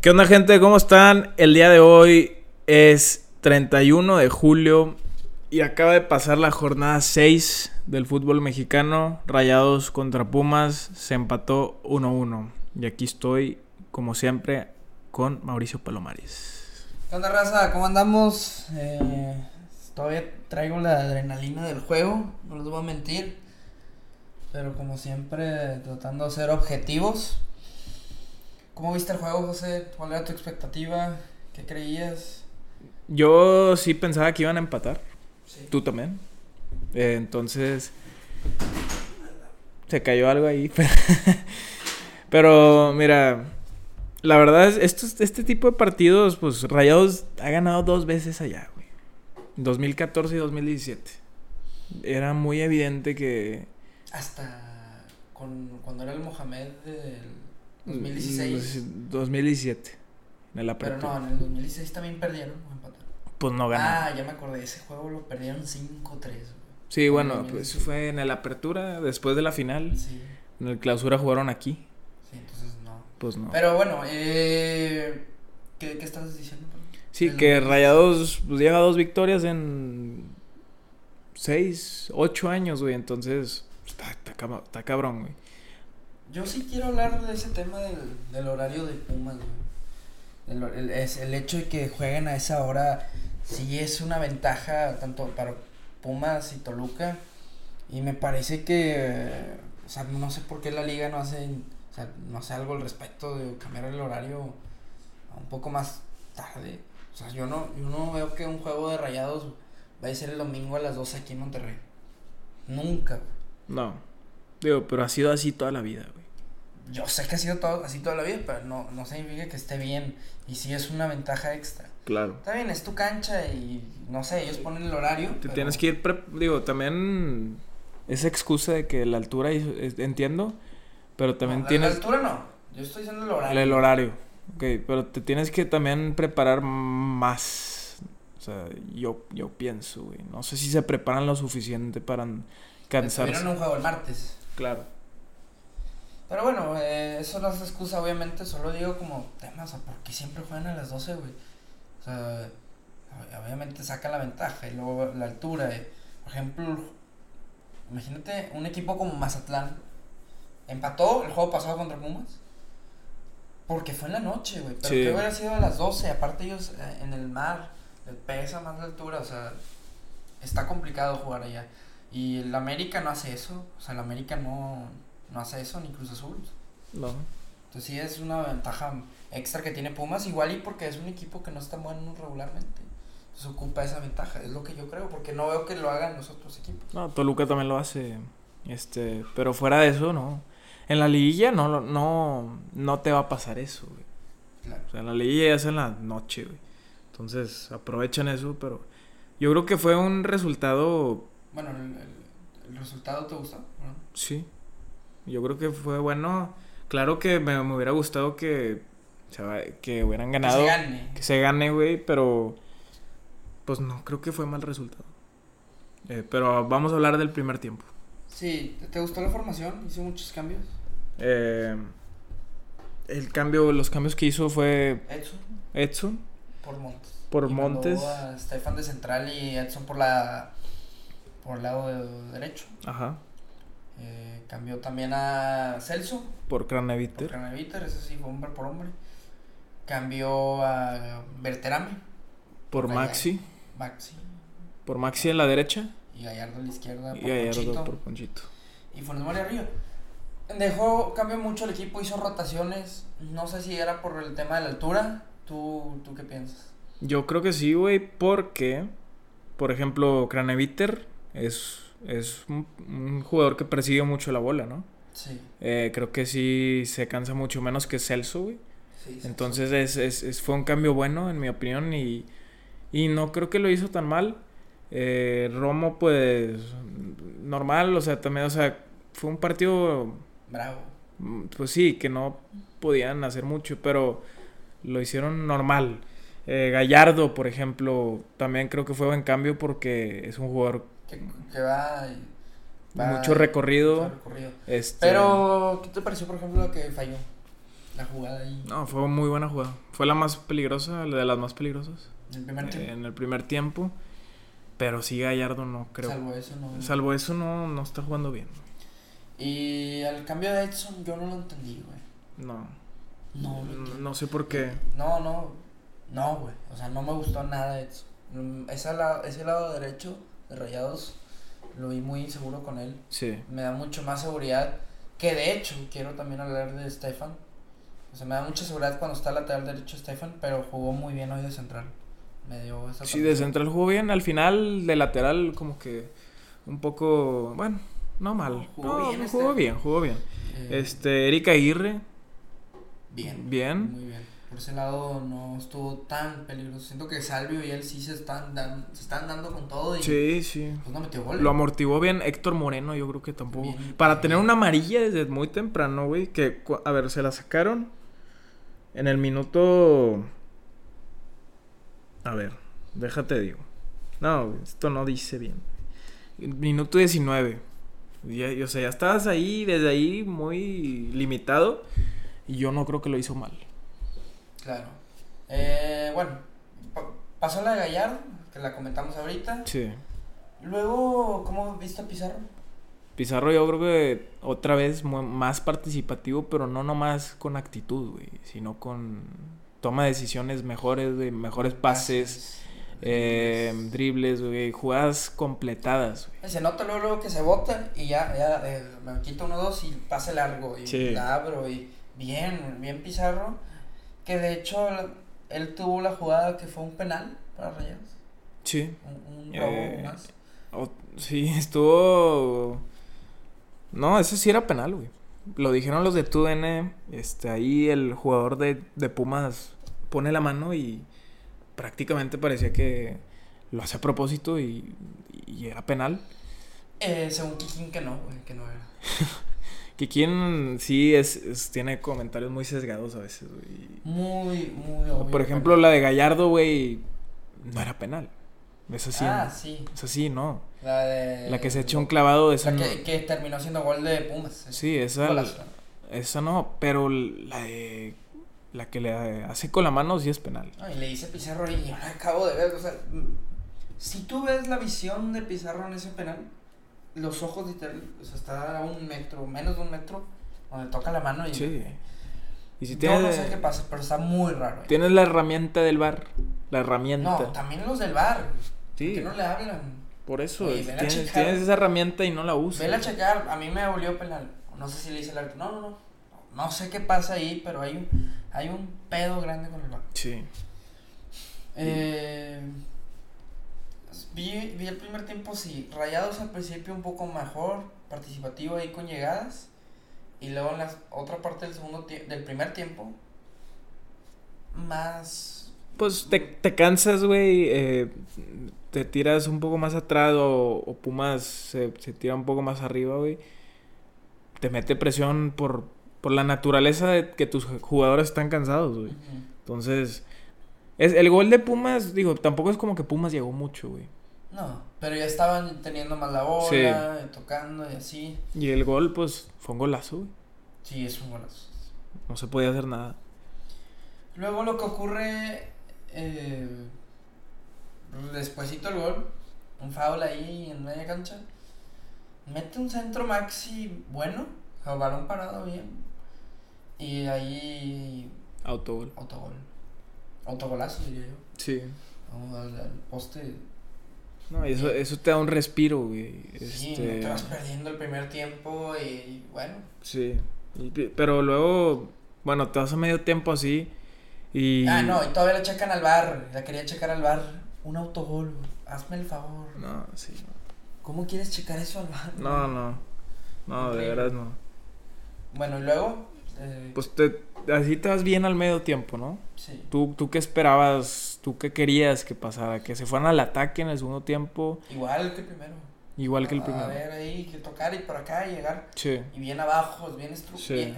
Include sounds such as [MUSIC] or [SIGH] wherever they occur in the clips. ¿Qué onda gente? ¿Cómo están? El día de hoy es 31 de julio y acaba de pasar la jornada 6 del fútbol mexicano. Rayados contra Pumas se empató 1-1. Y aquí estoy, como siempre, con Mauricio Palomares. ¿Qué onda, raza? ¿Cómo andamos? Eh, todavía traigo la adrenalina del juego, no les voy a mentir. Pero como siempre, tratando de ser objetivos. ¿Cómo viste el juego, José? ¿Cuál era tu expectativa? ¿Qué creías? Yo sí pensaba que iban a empatar. Sí. Tú también. Eh, entonces. Se cayó algo ahí. [LAUGHS] Pero, pero, mira. La verdad es, estos, este tipo de partidos, pues Rayados ha ganado dos veces allá, güey. 2014 y 2017. Era muy evidente que. Hasta con, cuando era el Mohamed del Mm, 2016. 2017. En el Pero apertura. no, en el 2016 también perdieron o empataron. Pues no ganó. Ah, ya me acordé, ese juego lo perdieron 5-3. güey. sí, en bueno, 2017. pues fue en el apertura, después de la final. Sí, En el clausura jugaron aquí. sí, entonces no. Pues no. Pero bueno, eh, ¿qué, qué estás diciendo? perdón? Sí, Del que 2016. Rayados pues, lleva dos victorias en seis, ocho años, güey. Entonces, pues, está, está cab- está cabrón, güey. Yo sí quiero hablar de ese tema del, del horario de Pumas, güey. El, hor- el- es- el hecho de que jueguen a esa hora sí es una ventaja tanto para Pumas y Toluca. Y me parece que, eh, o sea, no sé por qué la liga no hace, o sea, no hace algo al respecto de cambiar el horario a un poco más tarde. O sea, yo no, yo no veo que un juego de rayados vaya a ser el domingo a las 12 aquí en Monterrey. Nunca, güey. No. Digo, pero ha sido así toda la vida, güey. Yo sé que ha sido todo, así toda la vida, pero no, no significa que esté bien. Y sí es una ventaja extra. Claro. Está bien, es tu cancha y no sé, ellos ponen el horario. Te tienes que ir, pre- digo, también esa excusa de que la altura, hizo- es- entiendo, pero también La tienes altura no. Yo estoy diciendo el horario. el horario. Ok, pero te tienes que también preparar más. O sea, yo, yo pienso, güey. No sé si se preparan lo suficiente para cansarse. Tuvieron un juego el martes. Claro. Pero bueno, eh, eso no es excusa, obviamente. Solo digo como temas, o sea, ¿por qué siempre juegan a las 12, güey? O sea, ob- obviamente sacan la ventaja y luego la altura. eh. Por ejemplo, imagínate un equipo como Mazatlán. Empató el juego pasado contra Pumas. Porque fue en la noche, güey. Pero Sí. que hubiera sido a las 12. Aparte, ellos eh, en el mar. Les pesa más la altura. O sea, está complicado jugar allá. Y el América no hace eso. O sea, el América no, no hace eso, ni Cruz Azul. No. Entonces sí es una ventaja extra que tiene Pumas, igual y porque es un equipo que no está bueno regularmente. Entonces ocupa esa ventaja, es lo que yo creo, porque no veo que lo hagan los otros equipos. No, Toluca también lo hace. Este, pero fuera de eso, no. En la liguilla no, lo- no, no te va a pasar eso, güey. Claro. O sea, en la liguilla ya es en la noche, güey. Entonces, aprovechan eso, pero yo creo que fue un resultado, Bueno, el, el- el resultado te gustó, ¿no? sí. Yo creo que fue bueno. Claro que me, me hubiera gustado que, o sea, que hubieran Que ganado, se gane. que se gane, güey, pero pues no, creo que fue mal resultado. Eh, pero vamos a hablar del primer tiempo. Sí, ¿te- ¿te gustó la formación? Hizo muchos cambios. Eh, el cambio, los cambios que hizo fue Edson Edson. por Montes. Por Y mandó Montes. a Stefan de central y Edson por la por el lado derecho. Ajá. Eh, cambió también a Celso Por por Craneviter. Craneviter, eso sí, fue hombre por hombre. Cambió a Berterame, Por Maxi. Maxi Por Maxi en la derecha. y Gallardo a la izquierda por Y Gallardo Ponchito, por Ponchito. y Funes Mori arriba. Dejó, cambió mucho el equipo, hizo rotaciones. No sé si era por el tema de la altura. ¿Tú, tú qué piensas? Yo creo que sí, güey, porque, por ejemplo, Craneviter es, es un, un jugador que persigue mucho la bola, ¿no? Sí, Eh, creo que sí se cansa mucho menos que Celso, güey. sí. Entonces es, es- es- fue un cambio bueno, en mi opinión, y, y no creo que lo hizo tan mal. Eh, Romo, pues, normal, o sea, también, o sea, fue un partido, Bravo. mm, pues sí, que no podían hacer mucho, pero lo hicieron normal. Eh, Gallardo, por ejemplo, también creo que fue buen cambio porque es un jugador Que, que va, mucho recorrido. mucho recorrido. Este, Pero, ¿qué te pareció, por ejemplo, lo que falló? la jugada ahí. No, fue muy buena jugada. Fue la más peligrosa, la de las más peligrosas. En el primer eh, tiempo. en el primer tiempo. Pero sí Gallardo no creo. Salvo, Salvo eso, no. eso no, no está jugando bien. Y al cambio de Edson, yo no lo entendí, güey. No. No, güey. No, no sé por qué. No, no. No, güey. O sea, no me gustó nada eso. Mm, Ese lado, ese lado derecho de Rayados lo vi muy inseguro con él. Sí. Me da mucho más seguridad. Que de hecho, quiero también hablar de Stefan. O sea, me da mucha seguridad cuando está lateral derecho Stefan, pero jugó muy bien hoy de central. Me dio esa Sí, de central jugó bien. Al final, de lateral, como que un poco. Bueno, no mal. Jugó No, bien, jugó este. bien, jugó bien. Eh, Este, Erika Aguirre. Bien. Bien. Muy bien. Por ese lado no estuvo tan peligroso. Siento que Salvio y él sí se están, dan- se están dando con todo y Sí, sí. pues no metió gol. Lo amortiguó bien Héctor Moreno, yo creo que tampoco. Bien. Para tener una amarilla desde muy temprano, güey. Que, cu- a ver, se la sacaron en el minuto. A ver, déjate digo. No, güey, esto no dice bien. Minuto 19. Ya, y, o sea, ya estabas ahí, desde ahí, muy limitado. Y yo no creo que lo hizo mal. Claro. Eh, bueno, pa- pasó la de Gallardo, que la comentamos ahorita. Sí. Luego, ¿cómo viste a Pizarro? Pizarro yo creo que otra vez mu- más participativo, pero no nomás con actitud, güey, sino con toma de decisiones mejores, güey, mejores pases, eh, dribles, güey, jugadas completadas, güey. Se nota luego, luego que se bota y ya, ya eh, me quito uno dos y pase largo y Sí. la abro y bien, bien Pizarro. Que de hecho la- él tuvo la jugada que fue un penal para Rayados, Sí. un, un robo Eh, más. O- sí, [LAUGHS] estuvo... No, ese sí era penal, güey. Lo dijeron los de TUDN, este, ahí el jugador de, de Pumas pone la mano y prácticamente parecía que lo hace a propósito y- y era penal. Eh, según Kikin que no, güey, que no era. Que quien sí es, es- tiene comentarios muy sesgados a veces, güey. Muy, muy obvio. Por ejemplo, la de Gallardo, güey, no era penal. Es así. Ah, sí. Es así, no. La de. La que se echó un clavado, O esa sea, no. que, que terminó siendo gol de Pumas. Mm. Sí, esa, Golazo. esa no. Pero la de. La que le hace con la mano sí es penal. No, y le dice Pizarro y yo la acabo de ver. O sea, mm, si tú ves la visión de Pizarro en ese penal, los ojos literal, o sea, está a un metro, menos de un metro, donde toca la mano y. Sí. Y si yo tienes, no sé qué pasa, pero está muy raro. eh. tienes la herramienta del bar. La herramienta. No, también los del bar. sí. Que no le hablan. Por eso. Oye, es- ven a tienes, checar. tienes esa herramienta y no la usas. Vela a checar, a mí me volvió penal. No sé si le hice el árbitro. No, no, no. No sé qué pasa ahí, pero hay un, hay un pedo grande con el bar. Sí. Eh, vi, vi el primer tiempo, sí, rayados al principio un poco mejor, participativo ahí con llegadas. Y luego en la otra parte del, segundo tie- del primer tiempo, más... Pues te, te cansas, güey. eh, te tiras un poco más atrás o, o Pumas se, se tira un poco más arriba, güey. Te mete presión por, por la naturaleza de que tus jugadores están cansados, güey. Ujú. Entonces, es, el gol de Pumas, digo, tampoco es como que Pumas llegó mucho, güey. No, pero ya estaban teniendo más la bola, Sí. eh, tocando y así. Y el gol, pues, fue un golazo, güey. Sí, es un golazo. No se podía hacer nada. Luego lo que ocurre eh, despuesito el gol, un foul ahí en media cancha, mete un centro maxi bueno, o balón parado bien, y ahí Autogol. autogol, autogolazo diría yo, Sí. Vamos al, al poste, No, y eso, eso te da un respiro, güey. sí, Este, no te vas perdiendo el primer tiempo y, bueno, Sí. Y pi- pero luego, bueno, te vas a medio tiempo así y... ah no, y todavía la checan al bar, la quería checar al bar, un autogol, güey, hazme el favor, No, sí. ¿cómo quieres checar eso al bar? No, no. No, de Horrible. verdad no. Bueno, y luego. eh, Pues te, así te vas bien al medio tiempo, ¿no? sí. ¿Tú, ¿Tú qué esperabas? ¿Tú qué querías que pasara? Que se fueran al ataque en el segundo tiempo, Igual que el primero. igual que el A- primero. A ver ahí, que tocar y por acá y llegar. Sí. Y bien abajo, bien Sí. estructurado.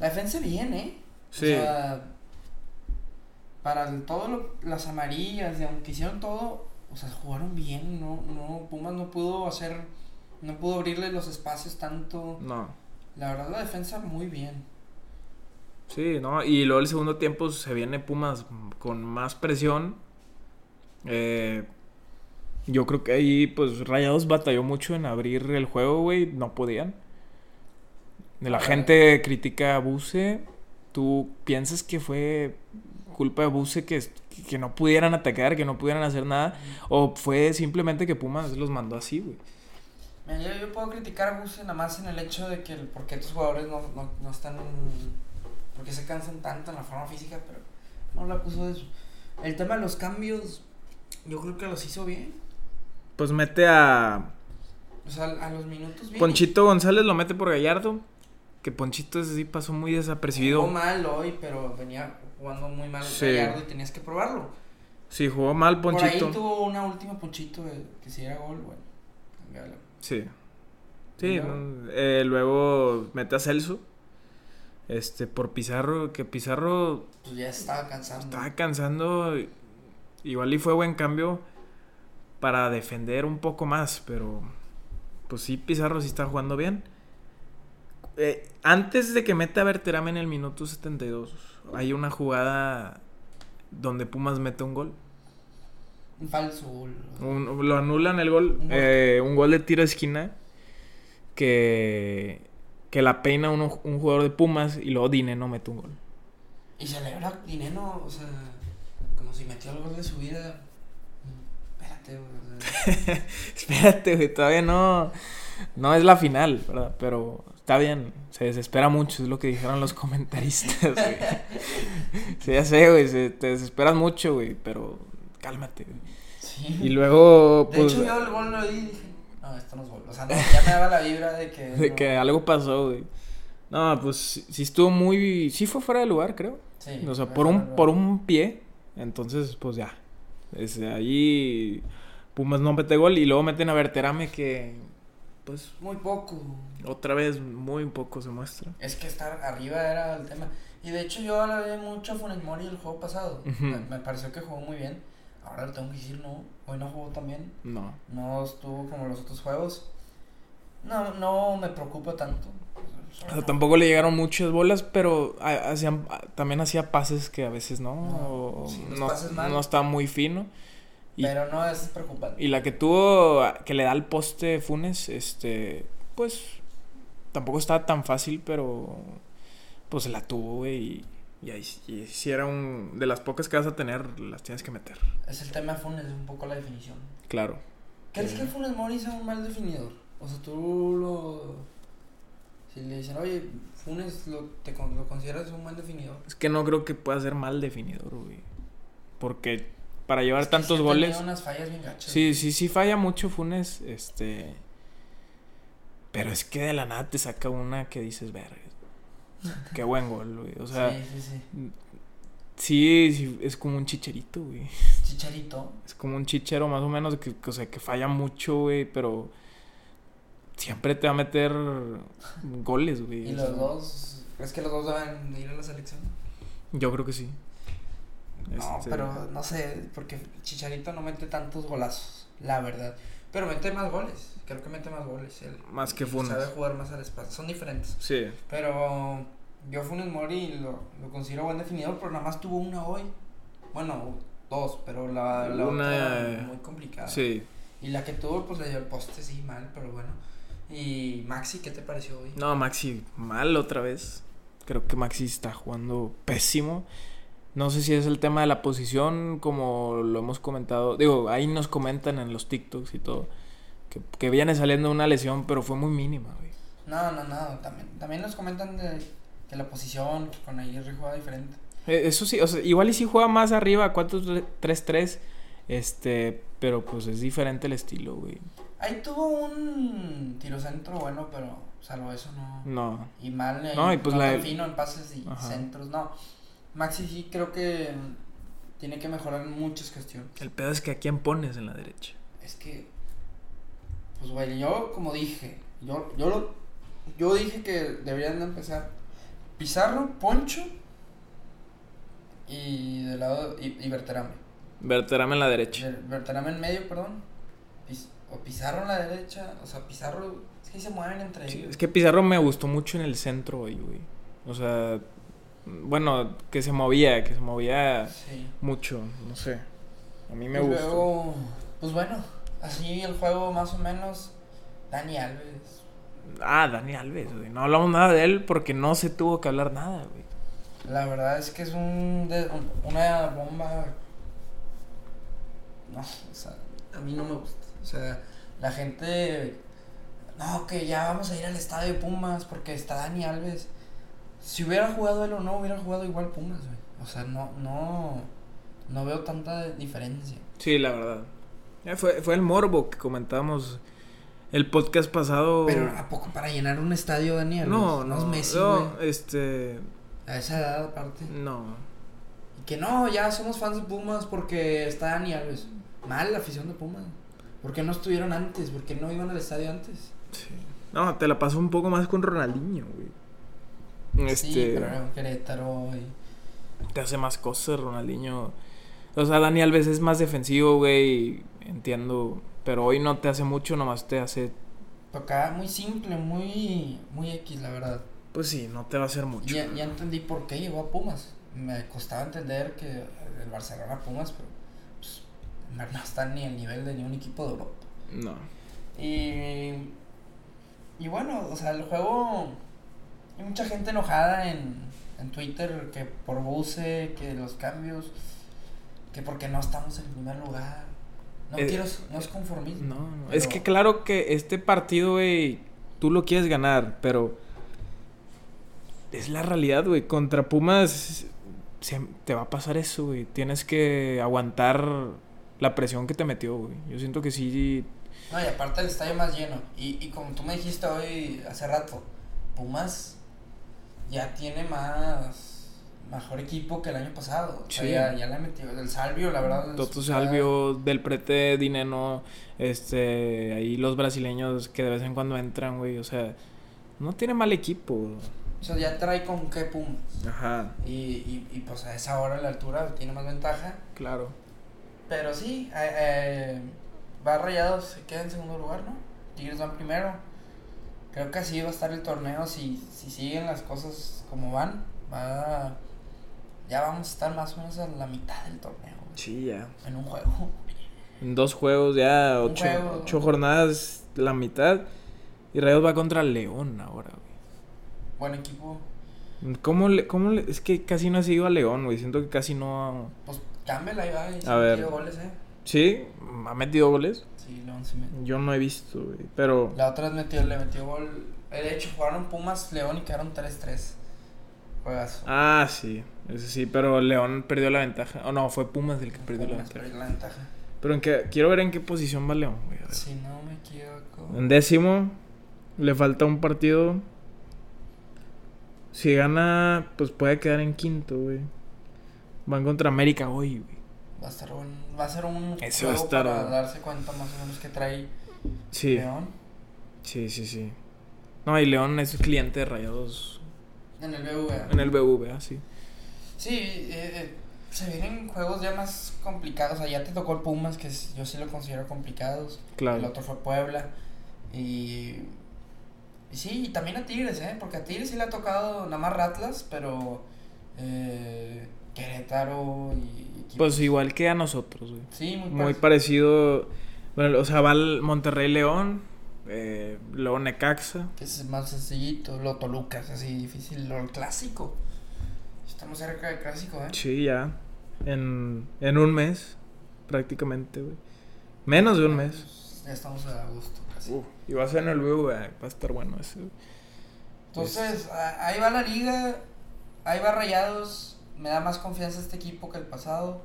La defensa bien, ¿eh? Sí. O sea, para el- todo lo- las amarillas, y aunque hicieron todo, o sea, jugaron bien. No, no, Pumas no pudo hacer. No pudo abrirle los espacios tanto. No. La verdad, la defensa muy bien. Sí, ¿no? Y luego el segundo tiempo se viene Pumas con más presión. Eh, yo creo que ahí, pues, Rayados batalló mucho en abrir el juego, güey. No podían. La gente critica a Buse. ¿Tú piensas que fue culpa de Buse que, que no pudieran atacar, que no pudieran hacer nada? ¿O fue simplemente que Pumas los mandó así, güey? Mira, yo, yo puedo criticar a Buse nada más en el hecho de que el, porque estos jugadores no, no, no están. porque se cansan tanto en la forma física, pero no la puso de eso. El tema de los cambios, yo creo que los hizo bien. Pues mete a O sea, a los minutos bien. Ponchito González, lo mete por Gallardo. Que Ponchito ese sí pasó muy Jugó desapercibido. mal hoy, pero venía jugando muy mal Sí. Gallardo y tenías que probarlo. Sí, jugó mal Por ahí Ponchito. tuvo una última Ponchito eh, que si era gol, bueno, cambiarla. Sí. Sí, Y luego- no, eh, luego mete a Celso. Este, por Pizarro, que Pizarro Pues ya estaba cansando. estaba cansando. Igual y fue buen cambio para defender un poco más, pero pues sí, Pizarro sí está jugando bien. Eh, antes de que meta a Berterame en el minuto 72, hay una jugada donde Pumas mete un gol. Un falso gol. Un- lo anulan el gol. Un gol. eh, Un gol, de tiro a esquina que, que la peina uno- un jugador de Pumas y luego Dine no mete un gol. [LAUGHS] Y celebra Dineno, o sea, como si metió el gol de su vida. Espérate, güey. o sea, Espérate, güey, todavía no, no es la final, ¿verdad? Pero está bien, se desespera mucho, es lo que dijeron los [LAUGHS] comentaristas, [LAUGHS] güey. Sí, ya sé, güey, se- te desesperas mucho, güey, pero cálmate. güey. sí. [LAUGHS] Y luego, de pues, hecho, yo el gol lo vi y dije, no, esto no es gol. O sea, no, ya me daba la vibra de que. [LAUGHS] de no. que algo pasó, güey. No, pues sí, sí estuvo muy... Sí fue fuera de lugar, creo. Sí, O sea, me por daba un, la por vibra. un pie. Entonces, pues ya. Desde ahí Pumas no mete gol y luego meten a Verterame que, pues, Muy poco. otra vez muy poco se muestra. Es que estar arriba era el tema. Y de hecho, yo hablé mucho a Funes Mori el juego pasado. Ujú. me, me pareció que jugó muy bien. Ahora lo tengo que decir, no. Hoy no jugó tan bien. No. No estuvo como los otros juegos. No, no me preocupa tanto. O sea, tampoco le llegaron muchas bolas, pero ha- hacían, también hacía pases que a veces no. No, o sí, los no, pases mal. no estaba muy fino. Y, Pero no es preocupante. y la que tuvo, que le da el poste Funes, este, pues, tampoco estaba tan fácil, pero pues la tuvo, güey. Y, y ahí sí- y sí era un... De las pocas que vas a tener, las tienes que meter. Es el tema de Funes, un poco la definición. Claro. ¿Crees Sí. que Funes Mori sea un mal definidor? O sea, tú lo. Si le dicen, oye, Funes, lo, te, con- ¿lo consideras un mal definidor? Es que no creo que pueda ser mal definidor, güey. Porque para llevar Es que sí ha tantos tenido goles... unas fallas bien gachas. Sí, sí, sí falla mucho Funes, este... Pero es que de la nada te saca una que dices, verga, qué buen gol, güey. O sea, sí, sí, sí. sí. sí, es como un chicherito, güey. Chicharito. Es como un chichero más o menos, que, que, o sea, que falla mucho, güey, pero... Siempre te va a meter goles, güey. Y O sea, los dos. ¿Crees que los dos deben de ir a la selección? Yo creo que sí. No, Este, pero no sé, porque Chicharito no mete tantos golazos, la verdad. Pero mete más goles, creo que mete más goles. él. Más que Y Funes. Sabe jugar más al espacio, son diferentes. Sí. Pero yo Funes Mori lo, lo considero buen definidor, pero nada más tuvo una hoy. Bueno, dos, pero la, la Una, otra eh, muy complicada. Sí. Y la que tuvo, pues le dio el poste, sí, mal, pero bueno. Y Maxi, ¿qué te pareció hoy? No, Maxi, mal otra vez. Creo que Maxi está jugando pésimo. No sé si es el tema de la posición, como lo hemos comentado. Digo, ahí nos comentan en los TikToks y todo. Que, que viene saliendo una lesión, pero fue muy mínima, güey. No, no, no, también, también nos comentan de, de la posición, que con Aguirre juega diferente. Eh, Eso sí, o sea, igual y si juega más arriba, 4-3-3. Este, pero pues es diferente el estilo, güey. Ahí tuvo un tirocentro bueno, pero salvo eso no. No. Y mal, eh, No, y pues la- tan fino en pases y Ajá. centros, no. Maxi sí creo que mm, tiene que mejorar en muchas cuestiones. El pedo es que a quién pones en la derecha. Es que, pues güey, yo como dije, yo, yo lo, yo dije que deberían de empezar Pizarro, Poncho y del lado y, y Berterame. Verterame en la derecha. Ber- Berterame en medio, perdón. Piz- o Pizarro en la derecha, o sea, Pizarro es que se mueven entre Sí, ellos. es que Pizarro me gustó mucho en el centro hoy, güey. O sea, Bueno, que se movía, que se movía Sí. mucho, no sé. A mí me y gusta. luego, pues bueno, así el juego más o menos, Dani Alves. Ah, Dani Alves, güey. No hablamos nada de él porque no se tuvo que hablar nada, güey. La verdad es que es un, de- un- una bomba. No, o sea, a mí no me gusta. O sea, la gente. No, que ya vamos a ir al estadio de Pumas porque está Dani Alves. Si hubiera jugado él o no, hubiera jugado igual Pumas, güey. O sea, no, no. No veo tanta diferencia. Sí, la verdad. Ya Fue, fue el morbo que comentábamos el podcast pasado. Pero ¿a poco para llenar un estadio, Dani Alves? Oh. no, es no, Messi, güey. no, este, A esa edad aparte. no. Y que no, ya somos fans de Pumas porque está Dani Alves. Mal la afición de Pumas. ¿Por qué no estuvieron antes? ¿Por qué no iban al estadio antes? Sí. No, te la pasó un poco más con Ronaldinho, güey. Este, Sí, pero era Querétaro y... te hace más cosas Ronaldinho. O sea, Dani Alves es más defensivo, güey, entiendo, pero hoy no te hace mucho, nomás te hace Tocaba muy simple, muy... Muy X, la verdad. pues sí, no te va a hacer mucho. Ya, ya entendí por qué llegó a Pumas. Me costaba entender que el Barcelona a Pumas, pero... Pues, en verdad no está ni al nivel de ni un equipo de Europa. No. Y, y bueno, o sea, el juego. Hay mucha gente enojada en, en Twitter que por Buse, que los cambios, que porque no estamos en primer lugar. No Eh, quiero, no es conformismo. No, no. es que Pero- claro que este partido, güey, tú lo quieres ganar, pero es la realidad, güey. Contra Pumas se- te va a pasar eso, güey. Tienes que aguantar la presión que te metió, güey. Yo siento que sí. No, y aparte el estadio más lleno. Y, y como tú me dijiste hoy, hace rato, Pumas ya tiene más. Mejor equipo que el año pasado. O sea, Sí. ya, ya le metió. El Salvio, la verdad. Toto está- Salvio, Del Prete, Dineno, este, ahí los brasileños que de vez en cuando entran, güey. O sea, no tiene mal equipo. O sea, ya trae con qué Pumas. Ajá, Y, y, y, pues a esa hora la altura tiene más ventaja. claro. Pero sí, eh, eh, va Rayados, se queda en segundo lugar, ¿no? Tigres van primero. Creo que así va a estar el torneo si, si siguen las cosas como van. Va, ya vamos a estar más o menos a la mitad del torneo. güey, Sí, ya. En un juego. [LAUGHS] En dos juegos ya, Un ocho, juego. ocho jornadas, la mitad. Y Rayados va contra León ahora, güey. Buen equipo. ¿Cómo le, cómo le- Es que casi no he seguido a León, güey. Siento que casi no... Pues Campbell ahí va. y sí A ver. metió goles, ¿eh? Sí, ha metido goles. Sí, León sí metió. Yo no he visto, güey. Pero... La otra vez metió, le metió gol. eh, De hecho, jugaron Pumas, León y quedaron 3-3. Juegazo. Ah, sí. Ese sí, pero León perdió la ventaja. Oh, no, fue Pumas el que perdió la Pumas ventaja. perdió la ventaja. Pero en qué- quiero ver en qué posición va León, güey. a ver. Si no me equivoco. En décimo, le falta un partido. Si gana, pues puede quedar en quinto, güey. Van contra América hoy, güey. Va a estar un, va a ser un Ese va a juego estar- para darse cuenta más o menos que trae Sí, León. sí, sí, sí. No, y León es cliente de Rayados En el BVA. en el BVA, sí. Sí, eh, eh, se vienen juegos ya más complicados. O sea, ya te tocó el Pumas, que es- yo sí lo considero complicados. El Claro. otro fue Puebla. Y, y sí, y también a Tigres, ¿eh? Porque a Tigres sí le ha tocado nada más Ratlas, pero eh, Querétaro y... equipos- Pues igual que a nosotros, güey. sí, muy, Muy parecido. parecido. Bueno, o sea, va el Monterrey-León, eh, luego Necaxa. que es más sencillito, lo Toluca es así difícil, lo clásico. Estamos cerca del clásico, ¿eh? Sí, ya. En, en un mes, prácticamente, güey. Menos de un mes. Ya estamos a agosto casi. Uf, y va a ser en el BVA, va a estar bueno eso. Entonces, a- ahí va la liga, ahí va Rayados, me da más confianza este equipo que el pasado.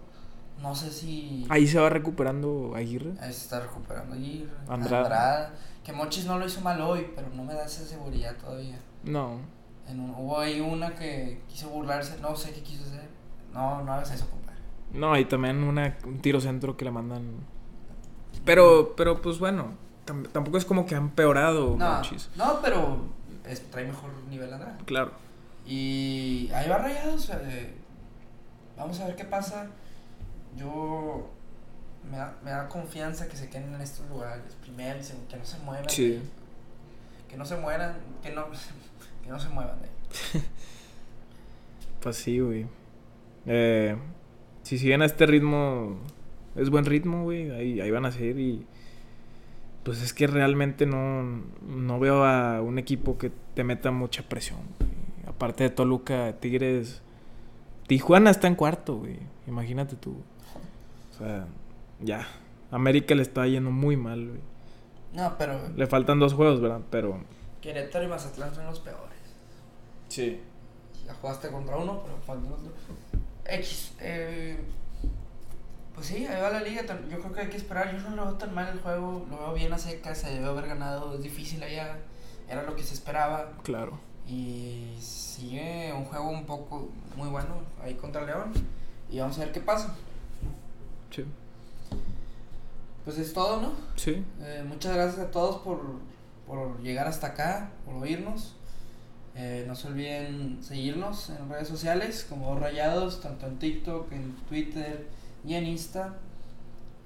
No sé si Ahí se va recuperando Aguirre. ahí se está recuperando Aguirre, Andrada. Andrada. que Mochis no lo hizo mal hoy, pero no me da esa seguridad todavía. No. En un- hubo ahí una que quiso burlarse, no sé qué quiso hacer. No, no hagas eso, compadre. No, y también una, un tiro centro que la mandan. Pero, pero pues bueno, tam- tampoco es como que ha empeorado No, Monchis. no, pero es- trae mejor nivel Andrada. Claro. Y ahí va Rayados. eh, vamos a ver qué pasa. Yo. Me da, me da confianza que se queden en estos lugares. Primero, segundo, que no se muevan. Sí. [LAUGHS] eh. Que no se mueran. Que no, que no se muevan. de ahí. Pues sí, güey. Eh, si siguen a este ritmo, es buen ritmo, güey. Ahí, ahí van a seguir y... Pues es que realmente no, no veo a un equipo que te meta mucha presión. güey. Aparte de Toluca, Tigres... Tijuana está en cuarto, güey. Imagínate tú. O sea, ya. América le está yendo muy mal, güey. No, pero Le faltan dos juegos, ¿verdad? Pero... Querétaro y Mazatlán son los peores. Sí. Ya jugaste contra uno, pero faltan otro. X. eh, pues sí, ahí va la liga. tam- Yo creo que hay que esperar. Yo no lo veo tan mal el juego. Lo veo bien a secas. Se debe haber ganado. Es difícil allá. Era lo que se esperaba. Claro. Y sigue un juego un poco muy bueno ahí contra León. Y vamos a ver qué pasa. Sí. Pues es todo, ¿no? Sí. Eh, muchas gracias a todos por, por llegar hasta acá, por oírnos. Eh, no se olviden seguirnos en redes sociales como Dos Rayados, tanto en TikTok, en Twitter y en Insta.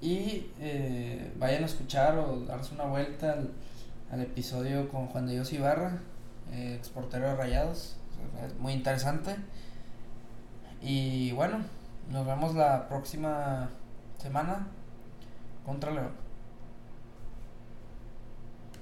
Y eh, vayan a escuchar o darse una vuelta al, al episodio con Juan de Dios Ibarra, eh, exportero de Rayados. Es muy interesante. Y bueno, nos vemos la próxima semana contra León.